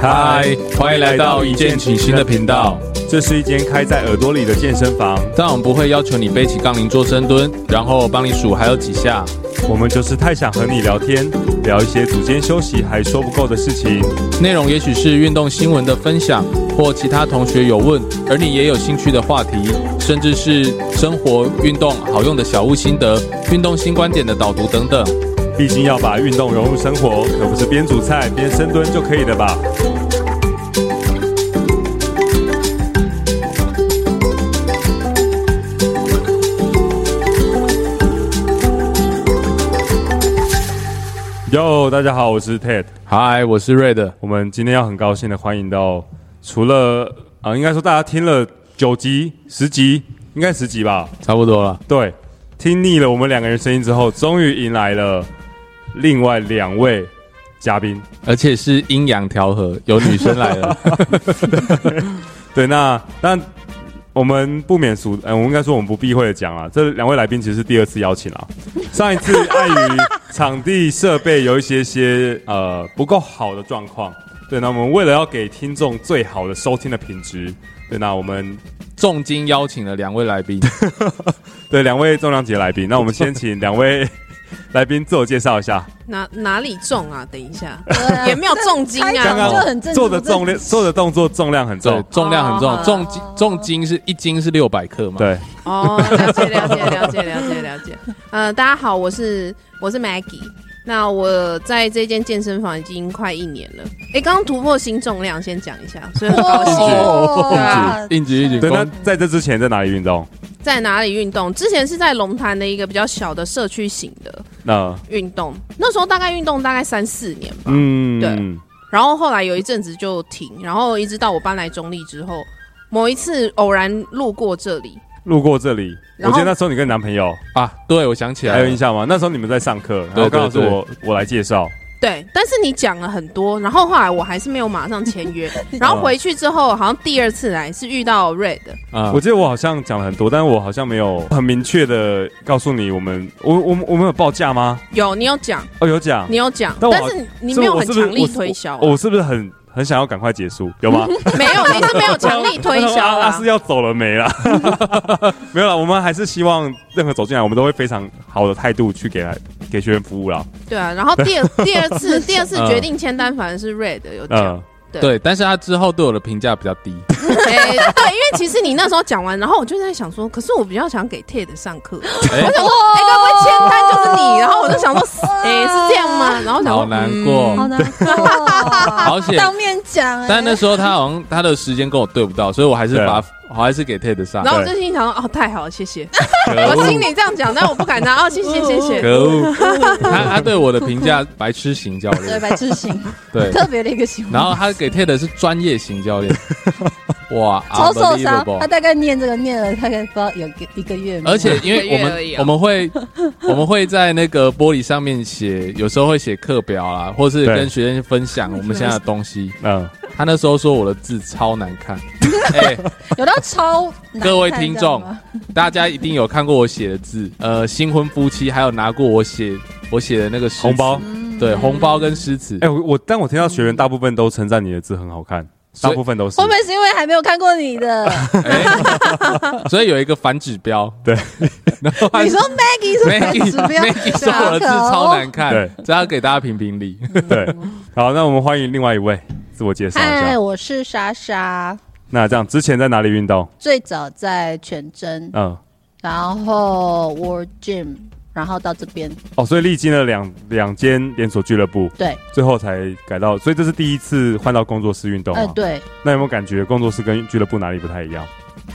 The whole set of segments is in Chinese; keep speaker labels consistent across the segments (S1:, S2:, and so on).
S1: 嗨，欢迎来到一见倾心的频道。
S2: 这是一间开在耳朵里的健身房，
S1: 但我们不会要求你背起杠铃做深蹲，然后帮你数还有几下。
S2: 我们就是太想和你聊天，聊一些组间休息还说不够的事情。
S1: 内容也许是运动新闻的分享，或其他同学有问而你也有兴趣的话题，甚至是生活、运动好用的小物心得、运动新观点的导读等等。
S2: 毕竟要把运动融入生活，可不是边煮菜边深蹲就可以的吧？哟，大家好，我是 Ted。
S1: 嗨，我是 Red。
S2: 我们今天要很高兴的欢迎到，除了啊、应该说大家听了九集、十集，应该十集吧？
S1: 差不多了，
S2: 对，听腻了我们两个人声音之后，终于迎来了另外两位嘉宾。
S1: 而且是阴阳调和，有女生来 了。
S2: 对，那那我们不免俗，嗯、我们应该说我们不避讳的讲啊，这两位来宾其实是第二次邀请啊。上一次碍于场地设备有一些些呃不够好的状况，对，那我们为了要给听众最好的收听的品质，对，那我们
S1: 重金邀请了两位来宾，
S2: 对两位重量级的来宾，那我们先请两位 来宾自我介绍一下。
S3: 哪哪里重啊？等一下，
S4: 啊
S3: 也没有重金
S4: 开
S2: 刚
S4: 场
S3: 啊。
S2: 刚
S4: 就很正
S2: 做的
S4: 正
S2: 重量，做的动作重量很
S1: 对
S2: 重，，
S1: 重量很
S3: 哦
S1: 重，重斤重斤是一斤是六百克嘛？
S2: 对，
S3: 哦，了解了解了解了解了解。呃，大家好，我是我是 Maggie。那我在这间健身房已经快一年了。哎、刚刚突破新重量，先讲一下，所以很高兴。
S4: 哦
S1: 硬
S4: 哇
S3: 哎
S1: 举，硬举，硬举。
S2: 对，那
S1: 公
S2: 在这之前在哪里运动？
S3: 在哪里运动？之前是在龙潭的一个比较小的社区型的
S2: 那
S1: 啊
S3: 运动，那时候大概运动大概三四年吧。
S2: 嗯，
S3: 对然后后来有一阵子就停，然后一直到我搬来中立之后，某一次偶然路过这里，
S2: 路过这里，我
S3: 然后
S2: 记得那时候你跟男朋友
S1: 啊，对，我想起来
S2: 还有印
S1: 了，
S2: 象吗？那时候你们在上课，然后
S1: 对对
S2: 刚好是
S1: 对
S2: 我我来介绍，
S3: 对，但是你讲了很多，然后后来我还是没有马上签约，然后回去之后，好像第二次来是遇到 Red，
S1: 啊
S2: 我，记得我好像讲了很多，但是我好像没有很明确的告诉你我们我我我们有报价吗？
S3: 有你有讲，
S2: 哦，有讲
S3: 你，有讲，
S2: 但
S3: 但
S2: 我
S3: 是你
S2: 所
S3: 没
S2: 以
S3: 有
S2: 我
S3: 很
S2: 是不是
S3: 强力
S2: 我是
S3: 推销啊、
S2: 我是不是很很想要赶快结束？有吗？
S3: 没有，你是没有强力推销
S2: 啊
S3: 啊
S2: 是。要走了没啦？没有啦，我们还是希望任何走进来，我们都会非常好的态度去给来给学员服务啦。
S3: 对啊，然后第二第二次第二次决定签单反而是 Red 有
S2: 嗯、
S3: 讲，
S1: 对，但是他之后对我的评价比较低，
S3: 哎对，因为其实你那时候讲完，然后我就在想说，可是我比较想给 Ted 上课，
S1: 哎，
S3: 哎，该不会签单就是你？然后我就想说，哎，是这样吗？然后想
S1: 好
S3: 说，
S1: 难
S3: 嗯
S4: 好
S1: 过。
S4: 难过，
S1: 好险
S4: 哦当面讲哎，
S1: 但那时候他好像他的时间跟我对不到，所以我还是
S2: 对
S1: 把
S2: 啊
S1: 我还是给 Ted 上
S3: 然。后我就心想说，哦，太好了，谢谢。
S1: 可
S3: 我
S1: 恶
S3: 心，里这样讲，但我不敢拿。哦，谢谢谢谢。
S1: 可恶，他他对我的评价白痴型教
S4: 对
S1: 练，
S4: 白痴型，
S1: 对。
S4: 特别的一个型，
S1: 然后他给 Ted 是专业型教练，哇，
S4: 超受伤，
S1: unbelievable
S4: 他大概念这个念了大概不知道有个一个月，
S1: 而且因为我
S3: 一个月而已
S1: 们
S3: 啊
S1: 我们会我们会在那个玻璃上面写，有时候会写课表啦，或是
S2: 对
S1: 跟学生分享我们现在的东西。
S2: 嗯，
S1: 他那时候说我的字超难看，哎、
S4: 有到超难看
S1: 各位听众
S4: 这样吗
S1: 大家一定有看过我写的字，呃，新婚夫妻还有拿过我写我写的那个诗词嗯
S2: 红包。
S1: 对，红包跟诗词。
S2: 哎、我我但我听到学员大部分都称赞你的字很好看，大
S1: 所以
S2: 部分都是
S4: 会不会是因为还没有看过你 的？
S1: 哎所以有一个反指标，
S2: 对，
S1: 然后他
S4: 你说 Maggie 是什么指标啊
S1: Maggie 说我的字超难看，
S2: 对
S1: 这要给大家评评 理。
S2: 对。好，那我们欢迎另外一位自我介绍一
S4: 嗨，
S2: 下。
S4: 我是莎莎，
S2: 那这样之前在哪里运动？
S4: 最早在全真，
S2: 嗯，
S4: 然后 World Gym，然后到这边，
S2: 哦，所以历经了两两间连锁俱乐部，
S4: 对，
S2: 最后才改到，所以这是第一次换到工作室运动
S4: 哎
S2: 吗？
S4: 对，
S2: 那有没有感觉工作室跟俱乐部哪里不太一样？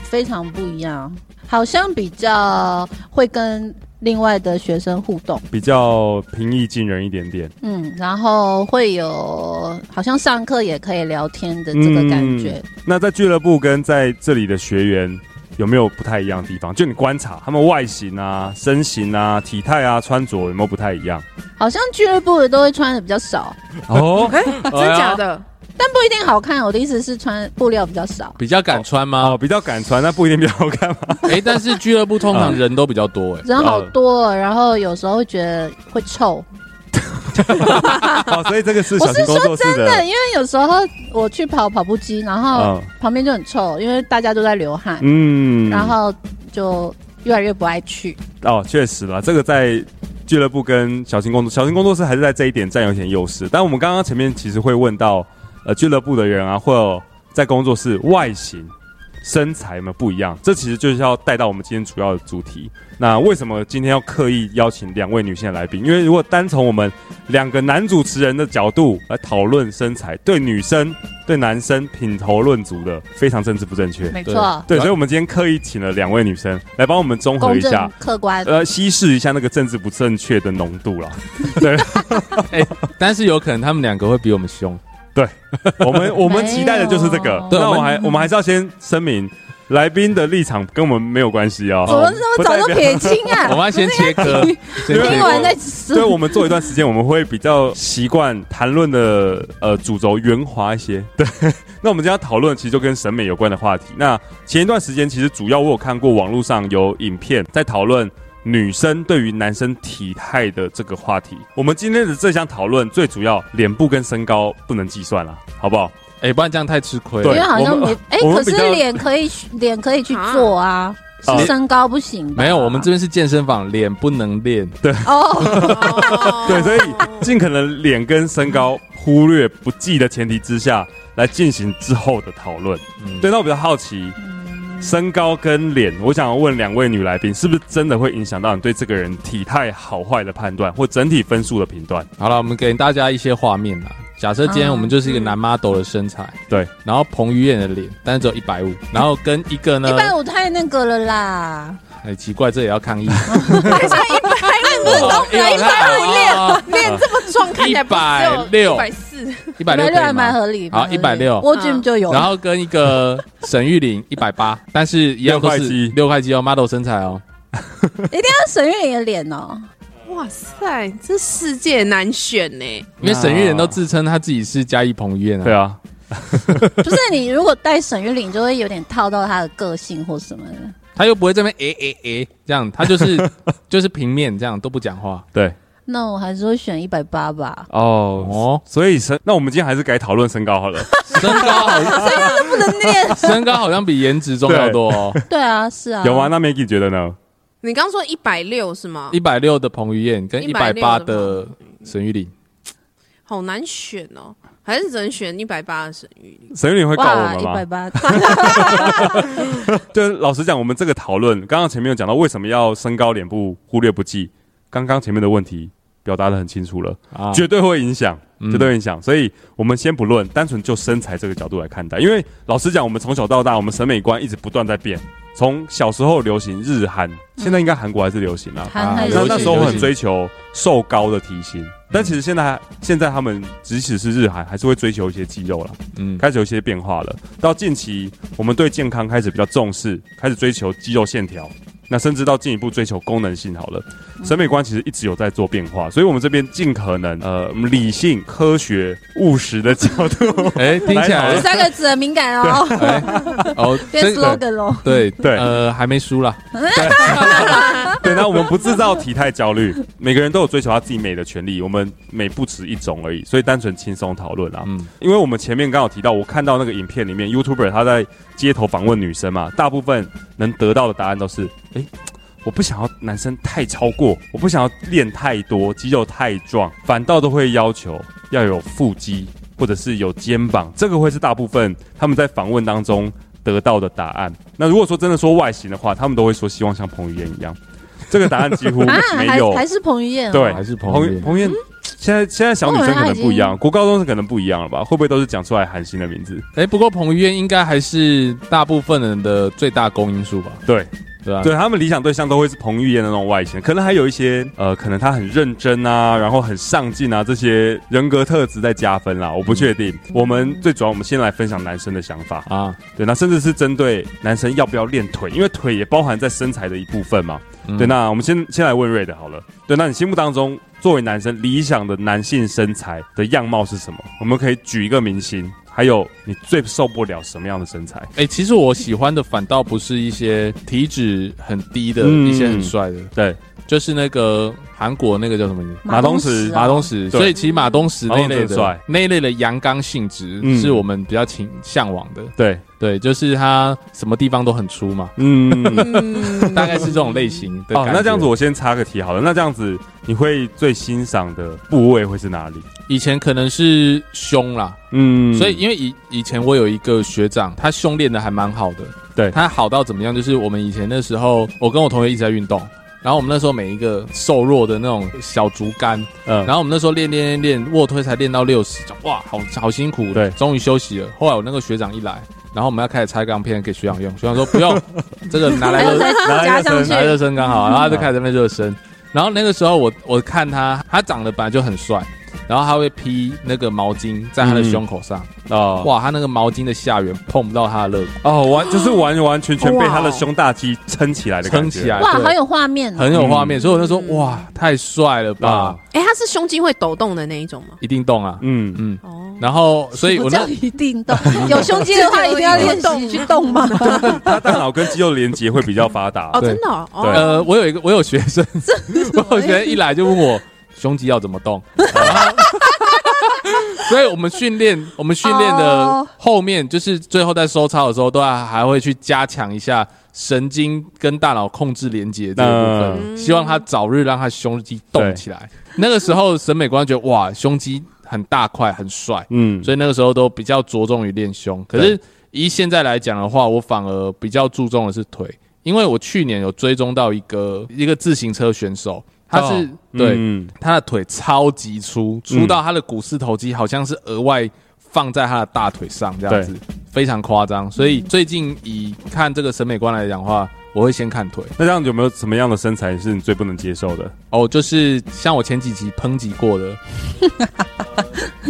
S4: 非常不一样，好像比较会跟另外的学生互动，
S2: 比较平易近人一点点。
S4: 嗯，然后会有好像上课也可以聊天的这个感觉。
S2: 那在俱乐部跟在这里的学员有没有不太一样的地方？就你观察他们外形啊、身形啊、体态啊、穿着有没有不太一样？
S4: 好像俱乐部的都会穿的比较少，
S2: 哦，
S3: 哎，真假的？
S4: 但不一定好看。我的意思是穿布料比较少，
S1: 比较敢穿吗？
S2: 哦，比较敢穿，那不一定比较好看嘛。
S1: 哎、但是俱乐部
S2: 啊
S1: 通常人都比较多、哎、
S4: 人好多，然后有时候会觉得会臭，
S2: 哦，所以这个是
S4: 我
S2: 小
S4: 是
S2: 型工
S4: 说
S2: 作室
S4: 真的，因为有时候我去跑跑步机，然后
S2: 嗯
S4: 旁边就很臭，因为大家都在流汗，
S2: 嗯，
S4: 然后就越来越不爱去。
S2: 哦，确实啦，这个在俱乐部跟小型工作小型工作室还是在这一点占有一点优势。但我们刚刚前面其实会问到，呃，俱乐部的人啊，或者在工作室外形、身材有没有不一样？这其实就是要带到我们今天主要的主题。那为什么今天要刻意邀请两位女性的来宾？因为如果单从我们两个男主持人的角度来讨论身材，对女生、对男生品头论足的，非常政治不正确。
S4: 没错，
S2: 对，所以我们今天刻意请了两位女生来帮我们综合
S4: 公
S2: 一下
S4: 正。客观。
S2: 呃，稀释一下那个政治不正确的浓度啦。
S1: 但是有可能他们两个会比我们凶。
S2: 我 们我们期待的就是这个。
S1: 对
S2: 那
S1: 我
S2: 我
S1: 们
S2: 还我们还是要先声明，来宾的立场跟我们没有关系哦。
S4: 怎么这么早就撇清啊？
S1: 我们要先切割，先
S2: 对
S1: 切
S4: 听完
S1: 割。
S4: 再
S2: 所以
S4: 说。
S2: 我们做一段时间，我们会比较习惯谈论的呃主轴圆滑一些。对， 那我们今天要讨论其实就跟审美有关的话题。那前一段时间其实主要我有看过网络上有影片在讨论女生对于男生体态的这个话题。我们今天的这项讨论最主要脸部跟身高不能计算了，好不好？
S1: 哎，不然这样太吃亏
S4: 因
S1: 了。
S4: 为好像
S2: 我
S4: 没
S2: 们
S4: 哎，
S2: 我
S4: 可
S2: 们比
S4: 是
S2: 较
S4: 脸可以脸可以去做啊，
S2: 啊
S4: 是身高不行吧。
S1: 没有，我们这边是健身房，脸不能练。
S4: 哦，
S3: 哦
S2: 对，所以尽可能脸跟身高忽略不计的前提之下来进行之后的讨论。
S1: 嗯
S2: 对，那我比较好奇，身高跟脸，我想要问两位女来宾，是不是真的会影响到你对这个人体态好坏的判断，或整体分数的评断？
S1: 好了，我们给大家一些画面啦。假设今天
S4: 嗯
S1: 我们就是一个男 model 的身材，
S2: 对，
S1: 然后彭于晏的脸，但是只有一百五，然后跟一个呢
S4: 一，般我太那个了啦。
S1: 哎，奇怪，这也要 抗议，
S3: 不是都
S1: 一百五练，
S3: 练这么壮，看起来
S1: 160
S3: 百四，
S1: 一百六
S4: 160
S1: 可以
S4: 还蛮
S1: 吗？
S4: 合理。
S1: 好
S4: 蛮合理
S1: 160
S4: 我 gym 就有。
S1: 然后跟一个沈玉玲一百八， 但是一样都
S2: 六块
S1: 是
S2: 肌
S1: 六块肌哦，model 身材哦。
S4: 一定要沈月的脸哦，
S3: 哇塞，这世界难选呢。
S1: 因为沈玉玲都自称她自己是嘉义彭于晏
S2: 对
S1: 啊，
S2: 啊，
S4: 不是你如果戴沈月领，就会有点套到她的个性或什么的。
S1: 她又不会这边诶诶诶这样，她就是 就是平面这样都不讲话
S2: 对
S4: 那我还是会选一百八吧，
S2: 哦。
S1: 哦。
S2: 所以身，那我们今天还是改讨论身高好了。
S1: 身高好，
S4: 不能练。
S1: 身高好像比颜值重要多哦。
S4: 对啊，是啊，
S2: 有吗？？那 Maggie 觉得呢？
S3: 你刚说一百六是吗？
S1: 一百六的彭于晏跟一百八
S3: 160
S1: 的沈玉玲，
S3: 好难选哦，还是只能选一百八的沈玉玲。
S2: 沈玉玲会告
S4: 哇，
S2: 我
S4: 一
S2: 们
S4: 百
S2: 吗？
S4: 八，
S2: 就是老实讲，我们这个讨论，刚刚前面有讲到为什么要身高脸部忽略不计，刚刚前面的问题表达的很清楚了。
S1: 啊，
S2: 绝对会影响，
S1: 嗯
S2: 绝对会影响。所以我们先不论，单纯就身材这个角度来看待，因为老实讲，我们从小到大，我们审美观一直不断在变。从小时候流行日韩，现在应该韩国还是流行啊。
S4: 韩
S1: 啊嗯
S4: 还是
S2: 那
S1: 流行
S2: 那时候
S1: 流
S2: 很
S1: 行
S2: 追求瘦高的体型，但其实现在现在他们即使是日韩，还是会追求一些肌肉了，
S1: 嗯，，
S2: 开始有一些变化了。到近期，我们对健康开始比较重视，开始追求肌肉线条，那甚至到进一步追求功能性好了。审美观其实一直有在做变化，所以我们这边尽可能呃理性、科学、务实的角度
S1: 哎，听起
S2: 来
S1: 来
S2: 好
S4: 三个字很敏感哦，
S1: 哎， 哦，
S4: 变
S1: 这个
S4: slogan 哦。
S1: 对
S2: 对
S1: 呃，还没输啦，
S2: 对，那我们不制造体态焦虑，每个人都有追求他自己美的权利，我们美不止一种而已，所以单纯轻松讨论啊。
S1: 嗯，
S2: 因为我们前面刚好提到，我看到那个影片里面，YouTuber 他在街头访问女生嘛，大部分能得到的答案都是，诶，我不想要男生太超过，我不想要练太多，肌肉太壮，反倒都会要求要有腹肌或者是有肩膀，这个会是大部分他们在访问当中得到的答案。那如果说真的说外形的话，他们都会说希望像彭于晏一样，这个答案几乎
S4: 啊，
S2: 嗯没有
S4: 还。还是彭于晏哦。
S2: 对
S1: 还是彭
S2: 彭
S1: 于
S2: 于
S1: 晏
S2: 彭于晏，现在现在小女生可能不一样，国高中生可能不一样了吧？会不会都是讲出来韩星的名字？
S1: 哎，不过彭于晏应该还是大部分人的最大公因数吧，
S2: 对，
S1: 对吧？
S2: 对他们理想对象都会是彭于晏的那种外形，可能还有一些呃，可能他很认真啊，然后很上进啊，这些人格特质在加分啦。我不确定。
S1: 嗯
S2: 我们最主要，我们先来分享男生的想法。
S1: 啊，
S2: 对，那甚至是针对男生要不要练腿，因为腿也包含在身材的一部分嘛。
S1: 嗯
S2: 对，那我们先先来问瑞的好了。对，那你心目当中作为男生理想的男性身材的样貌是什么？我们可以举一个明星，还有你最受不了什么样的身材？
S1: 哎、其实我喜欢的反倒不是一些体脂很低的，
S2: 嗯
S1: 一些很帅的，
S2: 对，
S1: 就是那个韩国那个叫什么名字？
S2: 马东石
S4: 啊
S1: 马东石，
S2: 对
S1: 所以其实马东石那类
S2: 马东石很帅
S1: 的那一类的阳刚性质
S2: 嗯
S1: 是我们比较倾向往的，
S2: 对，
S1: 对，就是他什么地方都很粗 嘛，
S2: 嗯。
S3: 嗯，
S1: 大 概是这种类型的
S2: 哦
S1: 感，觉。
S2: 那这样子我先插个题好了。那这样子你会最欣赏的部位会是哪里？
S1: 以前可能是胸啦，
S2: 嗯
S1: 所以因为以以前我有一个学长，他胸练的还蛮好的，
S2: 对
S1: 他好到怎么样？就是我们以前那时候，我跟我同学一直在运动。然后我们那时候每一个瘦弱的那种小竹竿，
S2: 嗯
S1: 然后我们那时候练练练练卧推才练到六十，哇，好好辛苦，
S2: 对
S1: 终于休息了。后来我那个学长一来，然后我们要开始拆钢片给学长用，学长说 不用，这个拿来
S3: 还
S1: 热
S3: 有再
S2: 拿来
S3: 加上
S2: 热
S3: 去
S1: 拿，热身刚好，然后他就开始在那边热身。然后那个时候我我看他，他长得本来就很帅，然后他会披那个毛巾在他的胸口上，
S2: 哦
S1: 哇，他那个毛巾的下缘碰不到他的肋骨，
S2: 哦，完就是完完全全被他的
S3: 哇哦
S2: 胸大肌撑起来的感觉
S1: 撑起来，
S4: 哇，
S1: 对
S4: 好有画面哦，
S1: 很有画面。
S2: 嗯
S1: 所以我那时候哇，太帅了吧
S2: 啊，
S3: 哎，他是胸肌会抖动的那一种吗？
S1: 一定动啊，
S2: 嗯，
S1: 嗯。
S3: 哦，
S1: 然后，所以我
S4: 不
S1: 那
S4: 叫一定动，有胸肌的话一定要练习去动嘛。
S2: 他大脑跟肌肉连接会比较发 达
S3: 哦，。
S1: 对
S3: 真的哦，哦，
S1: 呃，我有一个我有学生， 我有学生一来就问我胸肌要怎么动， 然后所以我们训练我们训练的
S4: 哦
S1: 后面就是最后在收操的时候，都还还会去加强一下神经跟大脑控制连接这个部分，
S3: 嗯
S1: 希望他早日让他胸肌动
S2: 对
S1: 起来。那个时候审美观觉得哇，胸肌很大块很帅，
S2: 嗯，
S1: 所以那个时候都比较着重于练胸。可是以现在来讲的话，我反而比较注重的是腿，因为我去年有追踪到一个一个自行车选手，他是、
S2: 哦
S1: 对、
S2: 嗯
S1: 他的腿超级粗，粗
S2: 嗯
S1: 到他的股四头肌好像是额外放在他的大腿上这样子，非常夸张。所以最近以看这个审美观来讲的话，我会先看腿。
S2: 那这样有没有什么样的身材是你最不能接受的？
S1: 哦，就是像我前几集抨击过 的。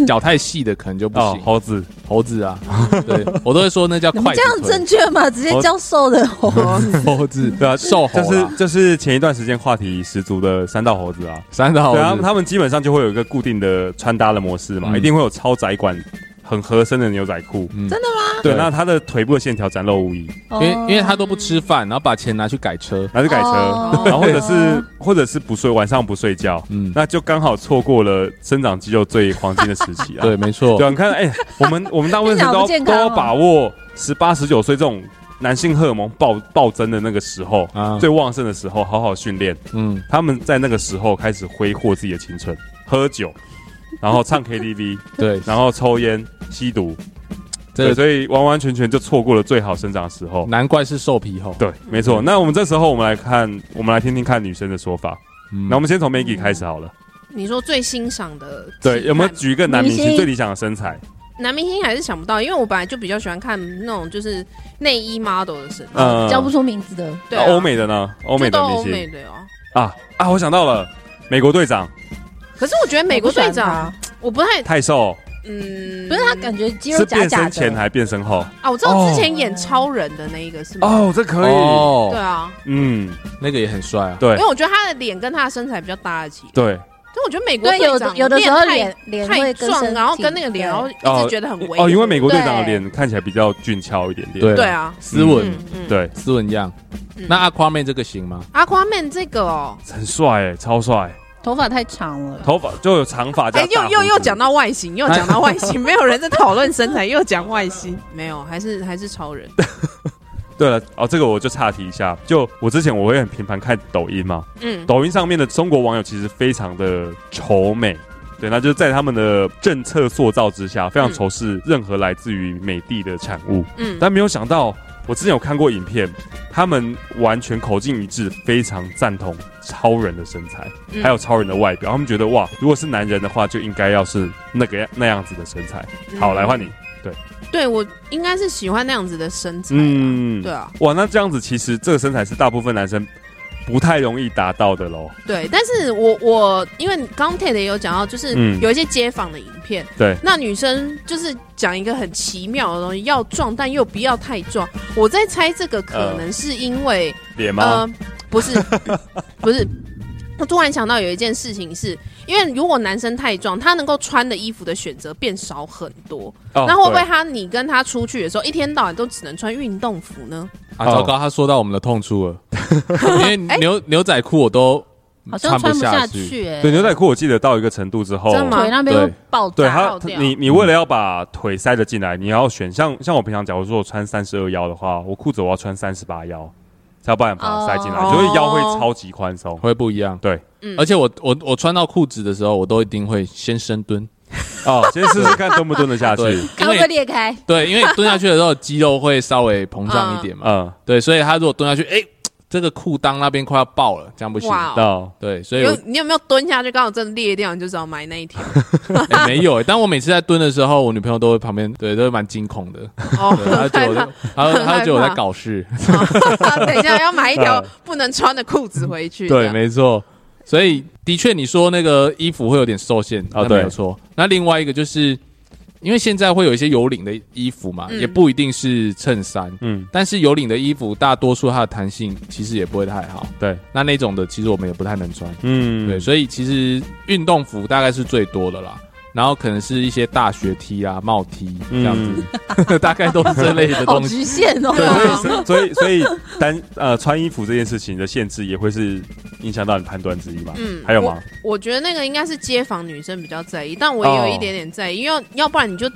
S1: 脚太细的可能就不
S2: 哦
S1: 行，，
S2: 猴子，
S1: 猴子啊， 对我都会说那叫
S4: 你
S1: 筷
S4: 们
S1: 子
S4: 这样
S1: 腿
S4: 正确吗？直接叫瘦的猴子，
S1: 猴子，
S2: 对啊，
S1: 瘦猴
S2: 这
S1: 啦
S2: 是这是前一段时间话题十足的三道猴子啊。
S1: 三道猴
S2: 对啊，
S1: 子，
S2: 他们基本上就会有一个固定的穿搭的模式嘛，
S1: 嗯
S2: 一定会有超窄管、很合身的牛仔裤。
S1: 嗯
S4: 真的吗？
S2: 对，那他的腿部的线条展露无遗，
S1: 因为因为他都不吃饭，然后把钱拿去改车，
S2: 然后就改车，
S4: 哦
S2: 然后或者是或者是不睡，晚上不睡觉，
S1: 嗯，
S2: 那就刚好错过了生长肌肉最黄金的时期啊。
S1: 对，没错
S2: 对，啊，你看，哎、我们我们大部分人
S4: 这样
S2: 都
S4: 好不健
S2: 都
S4: 康哦
S2: 要把握十八、十九岁这种男性荷尔蒙暴暴增的那个时候，
S1: 啊，
S2: 最旺盛的时候，好好训练。
S1: 嗯，
S2: 他们在那个时候开始挥霍自己的青春，喝酒，然后唱 KTV，
S1: 对，
S2: 然后抽烟、吸毒，
S1: 这
S2: 对，
S1: 个
S2: 所以完完全全就错过了最好生长的时候。
S1: 难怪是瘦皮猴，
S2: 对，没错。那我们这时候，我们来看，我们来听听看女生的说法。
S1: 嗯
S2: 那我们先从 Maggie 开始好了。
S3: 你说最欣赏的
S2: 对，有没有
S3: 期
S2: 举一个男明
S4: 明
S2: 星
S4: 星
S2: 最理想的身材？
S3: 盼男明星还是想不到，因为我本来就比较喜欢看那种就是内衣 model 的身材，
S2: 嗯
S4: 叫不出名字的。
S3: 对啊，
S2: 欧美的呢？欧美
S3: 就
S2: 的
S3: 都
S2: 明
S3: 欧美
S2: 星
S3: 的哦。
S2: 啊啊！我想到了，美国队长
S3: 可是我觉得美国队长，我不太
S2: 太瘦，
S3: 嗯，
S4: 啊不是他感哦觉肌肉
S2: 是
S4: 假
S2: 变
S4: 假
S2: 身前
S4: 的，
S2: 还变身后？
S3: 啊，我知道之前演超人的那一个是吗？
S2: 哦，这可以。
S1: 哦
S3: 对，啊，
S2: 嗯，
S1: 那个也很帅啊，
S2: 对
S3: 因为我觉得他的脸跟他的身材比较搭得起，
S2: 对。
S3: 但我觉得美国
S4: 对，有
S3: 队
S4: 的
S3: 长
S4: 有的时候
S3: 太
S4: 脸脸会
S3: 太
S4: 跟
S3: 壮
S4: 身，体
S3: 然后跟那个脸，
S4: 对
S3: 然后一直觉得很微
S2: 哦，因为美国队长的
S4: 对
S2: 脸看起来比较俊俏一点点。
S1: 对
S3: 对啊，
S1: 斯文
S3: 嗯嗯，
S2: 对，
S1: 斯文样。
S3: 嗯
S1: 那阿夸妹这个行吗？
S3: Aquaman 这个哦，
S2: 很帅哎，超帅，
S4: 头发太长了。
S2: 头发就有长发加
S3: 哎，
S2: 大
S3: 又
S2: 胡子
S3: 又又讲到外形，又讲到外 形，没有人在讨论身材，又讲外形，没有，还是还是超人，
S2: 对了哦，这个我就岔题一下，就我之前我会很频繁看抖音嘛，
S3: 嗯，
S2: 抖音上面的中国网友其实非常的仇美。对，那就是在他们的政策塑造之下，非常仇视任何来自于美帝的产物。
S3: 嗯，
S2: 但没有想到，我之前有看过影片，他们完全口径一致，非常赞同超人的身材，
S3: 嗯
S2: 还有超人的外表。他们觉得哇，如果是男人的话，就应该要是那个那样子的身材。
S3: 嗯
S2: 好，来换你。
S3: 对我应该是喜欢那样子的身材，嗯，
S2: 嗯
S3: 对，啊，
S2: 哇，那这样子其实这个身材是大部分男生不太容易达到的喽。
S3: 对，但是我我因为刚 Ted 也有讲到，就是
S2: 嗯
S3: 有一些街访的影片，
S2: 对，
S3: 那女生就是讲一个很奇妙的东西，要壮但又不要太壮。我
S2: 呃
S3: 在猜这个可能是因为
S2: 脸吗？
S3: 呃，不是不是，我突然想到有一件事情是，因为如果男生太壮，他能够穿的衣服的选择变少很多。
S2: 哦
S3: 呃那会不会
S2: 对
S3: 他你跟他出去的时候，一天到晚都只能穿运动服呢？
S1: 啊，
S2: 哦
S1: 糟糕，他说到我们的痛处了，因为牛牛仔裤我都
S4: 好像
S1: 穿
S4: 穿不
S1: 下
S4: 下。去、欸，
S2: 对，牛仔裤我记得到一个程度之后，
S3: 真的吗
S4: 腿那边会
S1: 对
S4: 爆
S2: 对
S4: 炸。
S2: 它
S3: 爆，
S2: 它
S3: 掉
S2: 你你为了要把腿塞得进来，你要选像像我平常，假如说我穿三十二腰的话，我裤子我要穿三十八腰，才有办法把它塞进来，
S4: 哦
S2: 就是腰会超级宽松。
S1: 会不一样，
S2: 对，
S3: 嗯
S1: 而且我我我穿到裤子的时候，我都一定会先深蹲，
S2: 哦，先试试看蹲不蹲得下去。
S1: 对，因
S4: 它会不
S1: 为
S4: 会裂开？
S1: 对，因为蹲下去的时候肌肉会稍微膨胀一点 嘛，
S2: 嗯，
S1: 对，所以他如果蹲下去，哎，这个裤裆那边快要爆了，这样不行，
S3: 哇哦
S2: 到
S1: 对，所以
S3: 有
S1: 我
S3: 你有没有蹲下去，刚好真的裂掉，你就只好买那一条
S1: 哎没有，哎 但我每次在蹲的时候，我女朋友都会旁边，对，都会蛮惊恐 的，
S3: 哦
S1: 对，她觉得
S3: 害怕
S1: 我，她
S3: 很害
S1: 她
S3: 怕
S1: 觉得我在搞 事，
S3: 等一下要买一条
S2: 对
S3: 不能穿的裤子回去。这
S1: 对，
S3: 样
S1: 没错。所以的确，你说那个衣服会有点受限
S2: 哦
S1: 啊，那
S2: 对
S1: 没有错。那另外一个就是，因为现在会有一些有领的衣服嘛，
S3: 嗯
S1: 也不一定是衬衫，
S2: 嗯，
S1: 但是有领的衣服大多数它的弹性其实也不会太好。
S2: 对，
S1: 那那种的其实我们也不太能穿。
S2: 嗯，
S1: 对，所以其实运动服大概是最多的啦。然后可能是一些大学 T 啊、帽 T 这样子， 大概都是这类的
S4: 好
S1: 东西。
S4: 局限 哦、
S3: 对啊
S2: 嗯，所以所以单呃穿衣服这件事情的限制也会是影响到你判断之一嘛。
S3: 嗯
S2: 还有吗？
S3: 我觉得那个应该是街坊女生比较在意，但我也有一点点在意，
S1: 哦
S3: 因为要不然你就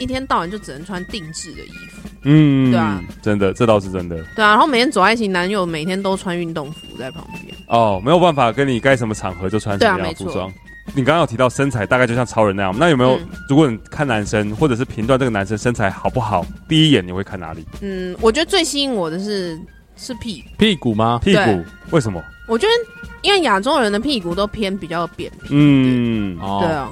S3: 一天到晚就只能穿定制的衣服，
S2: 嗯，
S3: 对啊，
S2: 真的，这倒是真的。
S3: 对啊，然后每天走在一起，男友每天都穿运动服在旁边，
S2: 哦，没有办法跟你该什么场合就穿什么样
S3: 对啊
S2: 的
S3: 没错
S2: 服装。你刚刚有提到身材大概就像超人那样，那有没有、
S3: 嗯
S2: 如果你看男生或者是评断这个男生身材好不好，第一眼你会看哪里？
S3: 嗯，我觉得最吸引我的是是屁股，
S1: 屁股吗？
S2: 屁股
S3: 对？
S2: 为什么？
S3: 我觉得因为亚洲人的屁股都偏比较扁平，
S2: 嗯，
S1: 哦
S3: 对啊，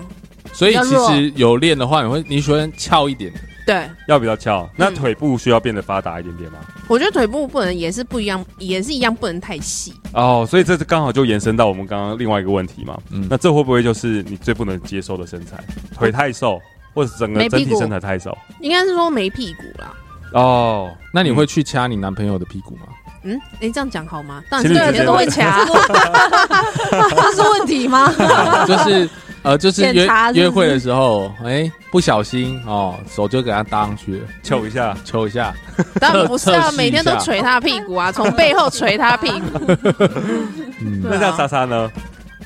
S1: 所以
S4: 比较
S1: 其
S4: 弱
S1: 实有练的话，你会你喜欢翘一点的
S3: 对。
S2: 要比较翘。那
S3: 嗯
S2: 腿部需要变得发达一点点吗？
S3: 我觉得腿部不能也是不一样，也是一样不能太细。
S2: 哦，所以这是刚好就延伸到我们刚刚另外一个问题嘛。
S1: 嗯
S2: 那这会不会就是你最不能接受的身材？腿太瘦，或者整个
S4: 没
S2: 整
S4: 屁
S2: 体
S4: 股
S2: 身材太瘦？
S3: 应该是说没屁股啦。
S2: 哦，
S1: 那你会去掐你男朋友的屁股吗？
S3: 嗯，你、这样讲好吗？当然
S2: 情
S3: 是
S2: 侣
S3: 每
S2: 之间
S3: 天都
S2: 的
S3: 会掐。
S4: 这是问题吗？
S1: 就是呃，就是约
S4: 检查是不是
S1: 约会的时候，哎、不小心哦，手就给他搭上去了，
S3: 嗯
S2: 翘一下。
S1: 抽一下。
S3: 当然不是
S1: 测
S3: 啊，
S1: 试一
S3: 每天都
S1: 下
S3: 捶他屁 股啊，从背后捶他屁股。
S1: 嗯
S2: 那
S3: 对啊
S2: 像莎莎呢？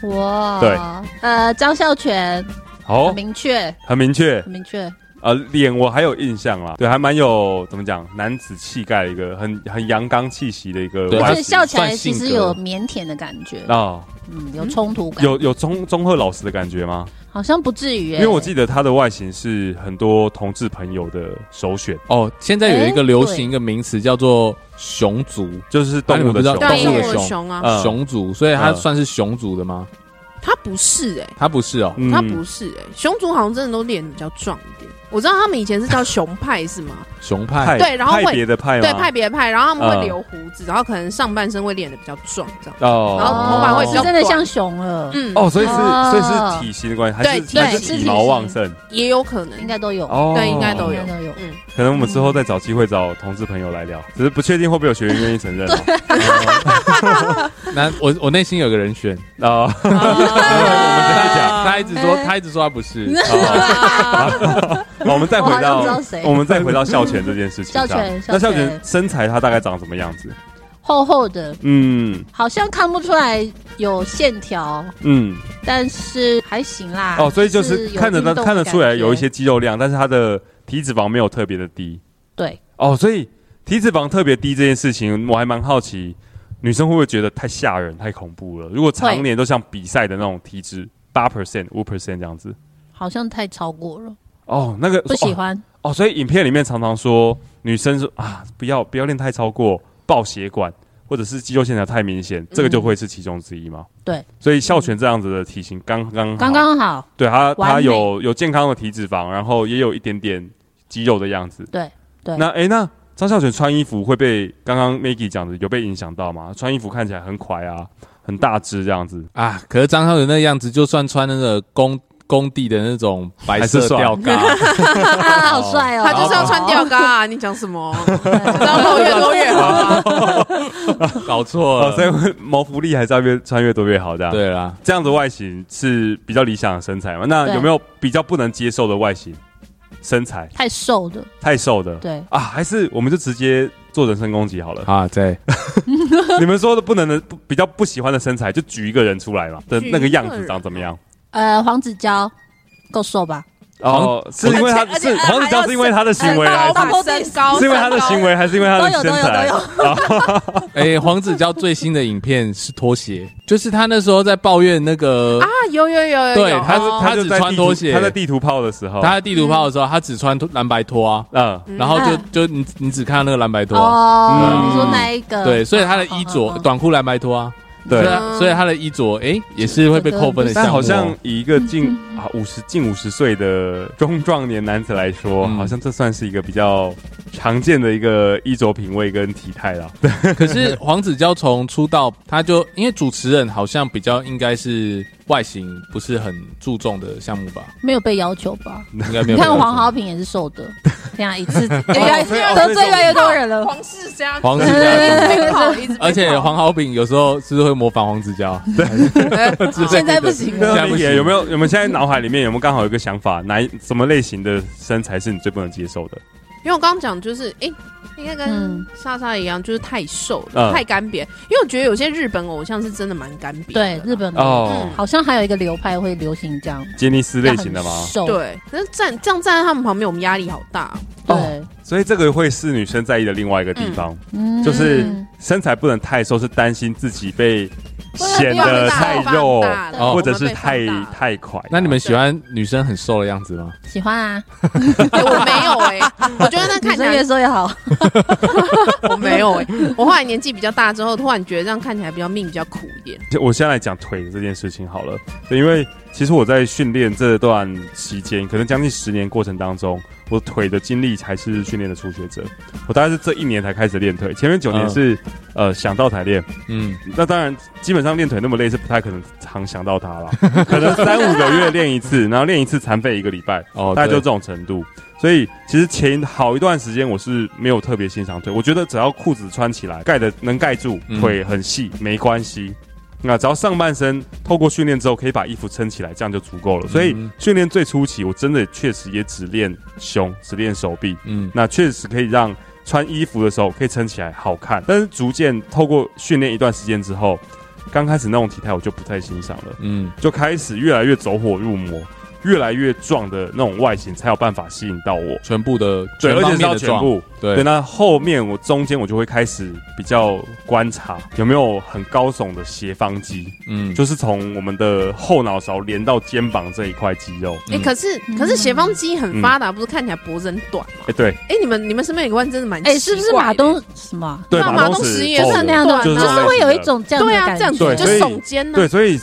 S4: 哇，
S2: 对，
S4: 呃，张孝全
S2: 哦
S4: 很，明确，
S2: 很明确。
S4: 很明确，
S2: 呃，脸我还有印象啦，对，还蛮有怎么讲男子气概的一个很很阳刚气息的一个
S1: 对
S4: 而
S2: 外形
S4: 且笑起来
S1: 算
S4: 其
S1: 性
S4: 实
S1: 格
S4: 有腼腆的感觉，
S2: 啊，
S4: 嗯，有冲突感，
S2: 有有中中赫老师的感觉吗？
S4: 好像不至于、
S2: 因
S4: 欸，
S2: 为我记得他的外形是很多同志朋友的首选，
S1: 哦，现在有一个流
S4: 哎对
S1: 行一个名词叫做
S2: 哎
S1: “熊族
S2: 就是动物的熊
S1: 那你们知道
S3: 对啊，
S1: 动
S3: 因
S1: 物
S3: 为
S1: 的
S3: 我
S1: 熊
S3: 熊”，啊，
S2: 嗯
S1: 熊族，所以它
S2: 嗯
S1: 算是熊族的吗？
S3: 他不是哎、
S1: 它不是哦，
S2: 嗯
S3: 他不是哎、熊族好像真的都练得比较壮一点。我知道他们以前是叫熊派是 吗？
S1: 熊
S2: 派
S1: 派。
S3: 对然后会
S2: 派别的派吗？
S3: 对，派别派，然后他
S2: 嗯
S3: 们会留胡子，然后可能上半身会练得比较壮这样。
S2: 哦，
S3: 然后头发会比
S4: 是
S3: 较
S4: 真的
S3: 短
S4: 像熊了，
S3: 嗯，
S2: 哦，所以是
S4: 哦
S2: 所以是体型的关系，还是
S3: 对
S2: 还
S4: 对
S2: 是
S4: 是
S2: 体
S4: 体
S2: 毛
S4: 型
S2: 旺盛
S3: 也有可能
S4: 应。该都有，
S2: 哦，
S3: 对应该都有
S4: 应该都有。
S3: 嗯，
S2: 可能我们之后再找机会找同志朋友来聊，只是不确定会不会有学员愿意承认 啊
S1: 哦 那我我内心有个人选，
S2: 哦。
S1: 我们
S2: 们等一下
S1: 他
S2: 讲
S1: 他一直说他一直说他不是，
S2: 哦
S3: 啊
S2: 好我们再回到
S4: 我好像知道谁
S2: 我们再回到孝全这件事情上。
S4: 孝全
S2: 那孝
S4: 孝全
S2: 全身材他大概长什么样子？
S4: 厚厚的，
S2: 嗯
S4: 好像看不出来有线条，
S2: 嗯，
S4: 但是还行啦。
S2: 哦，所以就
S4: 就是
S2: 是
S4: 有
S2: 看得
S4: 运动
S2: 到
S4: 的
S2: 看得出来
S4: 感觉
S2: 有一些肌肉量，但是他的体脂肪没有特别的低。
S4: 对，
S2: 哦，所以体脂肪特别低这件事情，我还蛮好奇，女生会不会觉得太吓人、太恐怖了？如果常年都像比赛的那种体脂八 percent、五 percent 这样子，
S4: 好像太超过了，
S2: 哦，那个
S4: 不喜欢。
S2: 哦哦，所以影片里面常常说女生说啊，不要不要练太超过，爆血管或者是肌肉线条太明显，这个就会是其中之一吗？
S4: 嗯对，
S2: 所以孝全这样子的体型刚刚好
S4: 刚刚好，
S2: 对他
S4: 完
S2: 他
S4: 美
S2: 有有健康的体脂肪，然后也有一点点肌肉的样子。
S4: 对对
S2: 那诶，那张孝全穿衣服会被刚刚 Maggie 讲的有被影响到吗？穿衣服看起来很快啊，很大只这样子。
S1: 啊，可是张浩的那样子，就算穿那个工工地的那种白
S2: 还
S1: 色
S2: 是帅
S1: 吊嘎，
S4: 啊，好帅哦！
S3: 他就是要穿吊嘎啊！你讲什么？只要露越多越好啊！
S1: 搞错
S2: 哦，所
S1: 了。
S2: 以谋福利还是要越穿越多越好，这样。，
S1: 对啦，
S2: 这样的外形是比较理想的身材嘛？那
S4: 对
S2: 有没有比较不能接受的外形？身材
S4: 太瘦的，
S2: 太瘦的，
S4: 对，
S2: 啊，还是我们就直接做人身攻击好了。
S1: 啊，对，
S2: 你们说的不能的，不比较不喜欢的身材，就举一个人出来嘛，的
S3: 举一
S2: 那个样
S3: 个
S2: 子
S3: 人
S2: 长怎么样？
S4: 呃，黄子佼够瘦吧？
S2: 哦，是因为他
S3: 而且
S2: 是
S3: 而且
S2: 黄子佼是因为他的行为还
S3: 高
S2: 是
S4: 大
S3: 把身高
S2: 是因为他的行，为还是因为他的
S4: 都有
S2: 身材
S4: 都有？
S1: 哎、黄子佼最新的影片是拖鞋，就是他那时候在抱怨那个
S3: 啊，有有有有，
S1: 对
S3: 有
S1: 他是
S3: 哦
S1: 他
S2: 就
S1: 只
S2: 在
S1: 穿
S2: 地图
S1: 拖鞋
S2: 他在地图炮的时候，
S1: 他在地图炮的时候，他只穿蓝白拖啊，
S2: 嗯，
S3: 嗯
S1: 然后就
S4: 啊
S1: 就你你只看到那个蓝白拖啊，
S4: 哦，
S2: 嗯
S4: 你说那一个？
S1: 对，所以他的衣
S4: 嗯嗯
S1: 着
S4: 嗯
S1: 短裤蓝白拖啊，
S2: 对
S1: 所以。他所以他的衣着哎、也是会被扣分的项
S2: 但
S1: 目
S2: 好
S1: 哦，
S2: 像以一个近
S3: 嗯
S2: 啊五十近五十岁的中壮年男子来说，
S1: 嗯
S2: 好像这算是一个比较常见的一个衣着品味跟体态 啦。对，
S1: 可是黄子佼从出道，他就因为主持人好像比较应该是外形不是很注重的项 目吧，
S4: 没有被要求吧？
S1: 应该没
S4: 你
S1: 有。
S4: 看黄豪平也是瘦 的，这样一次
S3: 哎呀
S2: 所以哦
S4: 得罪越来越多人了。
S3: 黄世佳，
S1: 黄世
S4: 佳
S3: 被考一直被考
S1: 而且黄豪炳有时候是不是会模仿黄子佼，
S4: 现在不行了，
S1: 现在啊不行
S2: 有没有有没有现在脑海里面有没有刚好有一个想法，哪一什么类型的身材是你最不能接受的？
S3: 因为我刚刚讲就是，哎、应该跟
S4: 嗯
S3: 莎莎一样，就是太瘦了，
S2: 嗯
S3: 太干瘪。因为我觉得有些日本偶像是真的蛮干瘪的
S4: 对
S3: 啦，
S4: 日本的
S2: 哦，
S4: 好像还有一个流派会流行这样
S2: 杰尼斯类型的吗？
S3: 嗯
S4: 很瘦，
S3: 对，但是站这样站在他们旁边，我们压力好大哦。
S4: 对，
S2: 所以这个会是女生在意的另外一个地方，
S4: 嗯
S2: 就是身材不能太瘦，是担心自己被显
S3: 不然
S2: 得
S3: 被放大
S2: 太肉
S3: 被放大，
S1: 哦
S2: 或者是
S3: 我
S2: 太
S3: 们被放大
S2: 太快。
S1: 那你们喜欢女生很瘦的样子吗？
S4: 喜欢啊，
S3: 哎我没 有哎、我觉得那
S4: 女
S3: 看起
S4: 生越
S3: 来
S4: 瘦越好。
S3: 我没有哎、我后来年纪比较大之后，突然觉得这样看起来比较命比较苦一点。
S2: 我先来讲腿的这件事情好了，对因为其实我在训练这段期间，可能将近十年过程当中，我腿的经历才是训练的初学者。我大概是这一年才开始练腿，前面九年
S1: 嗯
S2: 是、呃想到才练，
S1: 嗯，
S2: 那当然，基本上练腿那么累是不太可能常想到它了，可能三五个月练一次，然后练一次残废一个礼拜，
S1: 哦，
S2: 大概就
S1: 对
S2: 这种程度。所以其实前好一段时间我是没有特别欣赏腿，我觉得只要裤子穿起来盖的能盖住
S1: 嗯，
S2: 腿很细没关系。那只要上半身透过训练之后可以把衣服撑起来，这样就足够了。所以
S1: 嗯
S2: 训练最初期我真的确实也只练胸，只练手臂，
S1: 嗯，
S2: 那确实可以让穿衣服的时候可以撑起来好看，但是逐渐透过训练一段时间之后，刚开始那种体态我就不太欣赏了，
S1: 嗯，
S2: 就开始越来越走火入魔，越来越壮的那种外形才有办法吸引到我。
S1: 全部的
S2: 对，而且
S1: 方面
S2: 是要
S1: 的
S2: 全
S1: 壮，
S2: 部。对，
S1: 对，
S2: 那后面我中间我就会开始比较观察有没有很高耸的斜方肌，
S1: 嗯，
S2: 就是从我们的后脑勺连到肩膀这一块肌肉。
S3: 哎、
S1: 嗯
S3: 可是可是斜方肌
S2: 嗯
S3: 很发达，不是看起来脖子很短吗？
S2: 哎，对
S3: 哎、你们你们身边有个弯真的蛮
S4: 哎，是不是马
S3: 东？
S4: 东什么啊？
S2: 对，
S3: 那
S2: 马
S3: 马东
S2: 石
S3: 石也
S2: 哦
S3: 是
S4: 是那样
S3: 短
S4: 的，
S3: 啊
S4: 就是会有一种这样
S3: 对
S4: 的
S3: 啊，
S4: 感
S3: 这样
S4: 觉。，
S3: 子
S2: 对
S3: 就
S2: 所以
S3: 耸肩啊呢、
S2: 对，所以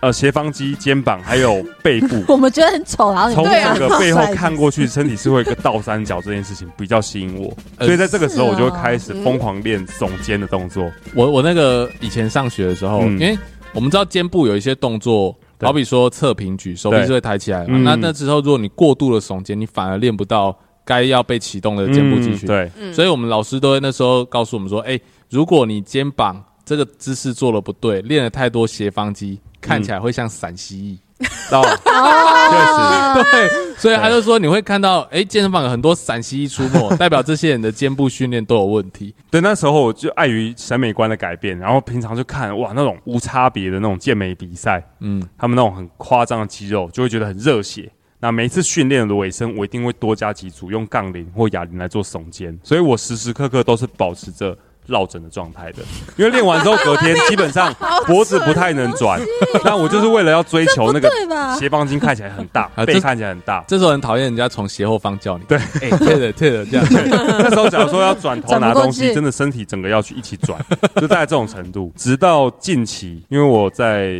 S2: 呃，斜方肌、肩膀还有背部
S4: 我们觉得很丑，然后你
S2: 从
S4: 们
S3: 对啊
S2: 整个背后看过 去，身体是会有一个倒三角，这件事情比较吸引我，
S1: 呃
S2: 所以在这个时候我就会开始
S3: 是哦
S2: 疯狂练耸肩的动作。
S1: 我我那个以前上学的时候，
S2: 嗯
S1: 因为我们知道肩部有一些动作，
S2: 对
S1: 好比说侧平举，手臂
S2: 对
S1: 是会抬起来嘛。
S2: 嗯
S1: 那那之后，如果你过度的耸肩，你反而练不到该要被启动的
S2: 嗯
S1: 肩部肌群。，
S2: 对，
S3: 嗯
S1: 所以我们老师都会那时候告诉我们说，哎、如果你肩膀这个姿势做的不对，练了太多斜方肌，看起来会像陕西裔。
S2: 到
S4: 哦，确实，
S1: 对，所以他就说你会看到，哎、健身房有很多陕西裔出 没，代表这些人的肩部训练都有问题。
S2: 对，那时候我就碍于审美观的改变，然后平常就看哇那种无差别的那种健美比赛，
S1: 嗯，
S2: 他们那种很夸张的肌肉，就会觉得很热血。那每一次训练的尾声，我一定会多加几组用杠铃或哑铃来做耸肩，所以我时时刻刻都是保持着落枕的状态的。因为练完之后隔天基本 上
S4: 啊
S2: 脖子不太能转，那我就是为了要追求那个
S4: 对吧？
S2: 斜方肌看起来很大
S1: 啊，
S2: 背
S1: 这
S2: 看起来很大。
S1: 这时候很讨厌人家从斜后方叫你，
S2: 对
S1: 哎、退了退了这 样。
S2: 那时候假如说要转头
S4: 转不
S2: 拿
S4: 过
S2: 东西，
S4: 去
S2: 真的身体整个要去一起转， 就大概这种程度。直到近期，因为我在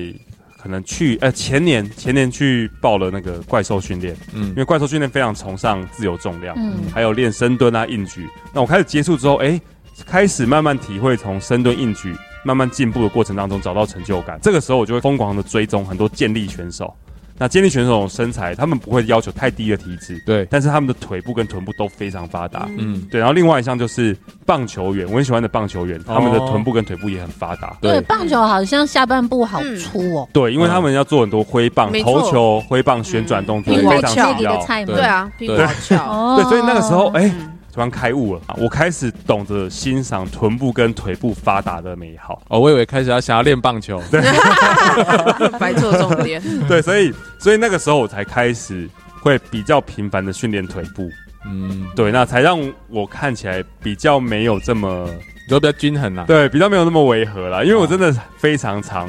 S2: 可能去呃前年前年去报了那个怪兽训练，
S1: 嗯
S2: 因为怪兽训练非常崇尚自由重量，
S4: 嗯
S2: 还有练深蹲啊、硬举。那我开始接触之后，哎、开始慢慢体会从深蹲、硬举慢慢进步的过程当中找到成就感。这个时候我就会疯狂的追踪很多健力选手。那健力选手的身材，他们不会要求太低的体脂，
S1: 对，
S2: 但是他们的腿部跟臀部都非常发达。
S1: 嗯，
S2: 对，然后另外一项就是棒球员，我很喜欢的棒球员，他们的臀部跟腿部也很发达。
S4: 对，
S1: 对，
S4: 棒球好像下半部好粗哦，
S2: 对，因为他们要做很多挥棒、
S3: 没错
S2: 投球、挥棒、旋转动作，
S1: 嗯
S2: 非常
S3: 屁股翘
S2: 重
S4: 一
S2: 要
S4: 个。菜嘛
S1: 对
S3: 对啊，屁股好翘。
S4: 哦
S2: 对，所以那个时候，哎、
S3: 嗯
S2: 突然开悟了，我开始懂得欣赏臀部跟腿部发达的美好。
S1: 哦，我以为开始要想要练棒球，
S3: 摆错重 点，
S2: 对，所以所以那个时候我才开始会比较频繁的训练腿部，
S1: 嗯，
S2: 对，那才让我看起来比较没有这么
S1: 就比较均衡啦。
S2: 对，比较没有那么违和啦，因为
S4: 哦
S2: 我真的非常长，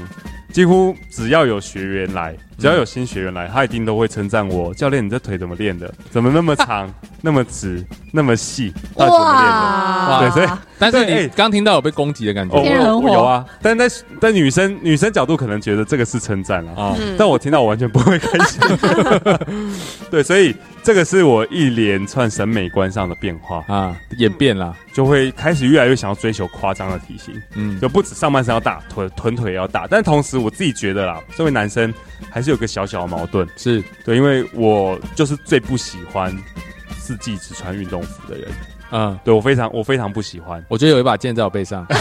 S2: 几乎只要有学员来，只
S4: 嗯
S2: 要有新学员来，他一定都会称赞我，教练你这腿怎么练的？怎么那么 长、那么直、那么细？到底怎么练的？
S4: 哇，
S2: 对所以
S1: 但是
S2: 对哎
S1: 你刚听到有被攻击的感
S2: 哦，我
S1: 觉
S4: 天
S2: 有
S4: 人火
S2: 我有啊，但在但女生女生角度可能觉得这个是称赞啦，
S1: 哦，
S3: 嗯
S2: 但我听到我完全不会开 心。 对，所以这个是我一连串审美观上的变化，
S1: 啊，演变啦，
S2: 就会开始越来越想要追求夸张的体型，
S1: 嗯，
S2: 就不止上半身要大，腿臀腿也要大。但同时我自己觉得啦，身为男生还是有个小小的矛盾，
S1: 是
S2: 对，因为我就是最不喜欢四季只穿运动服的人，
S1: 嗯，
S2: 对我非常我非常不喜欢，
S1: 我觉得有一把剑在我背上，
S2: 我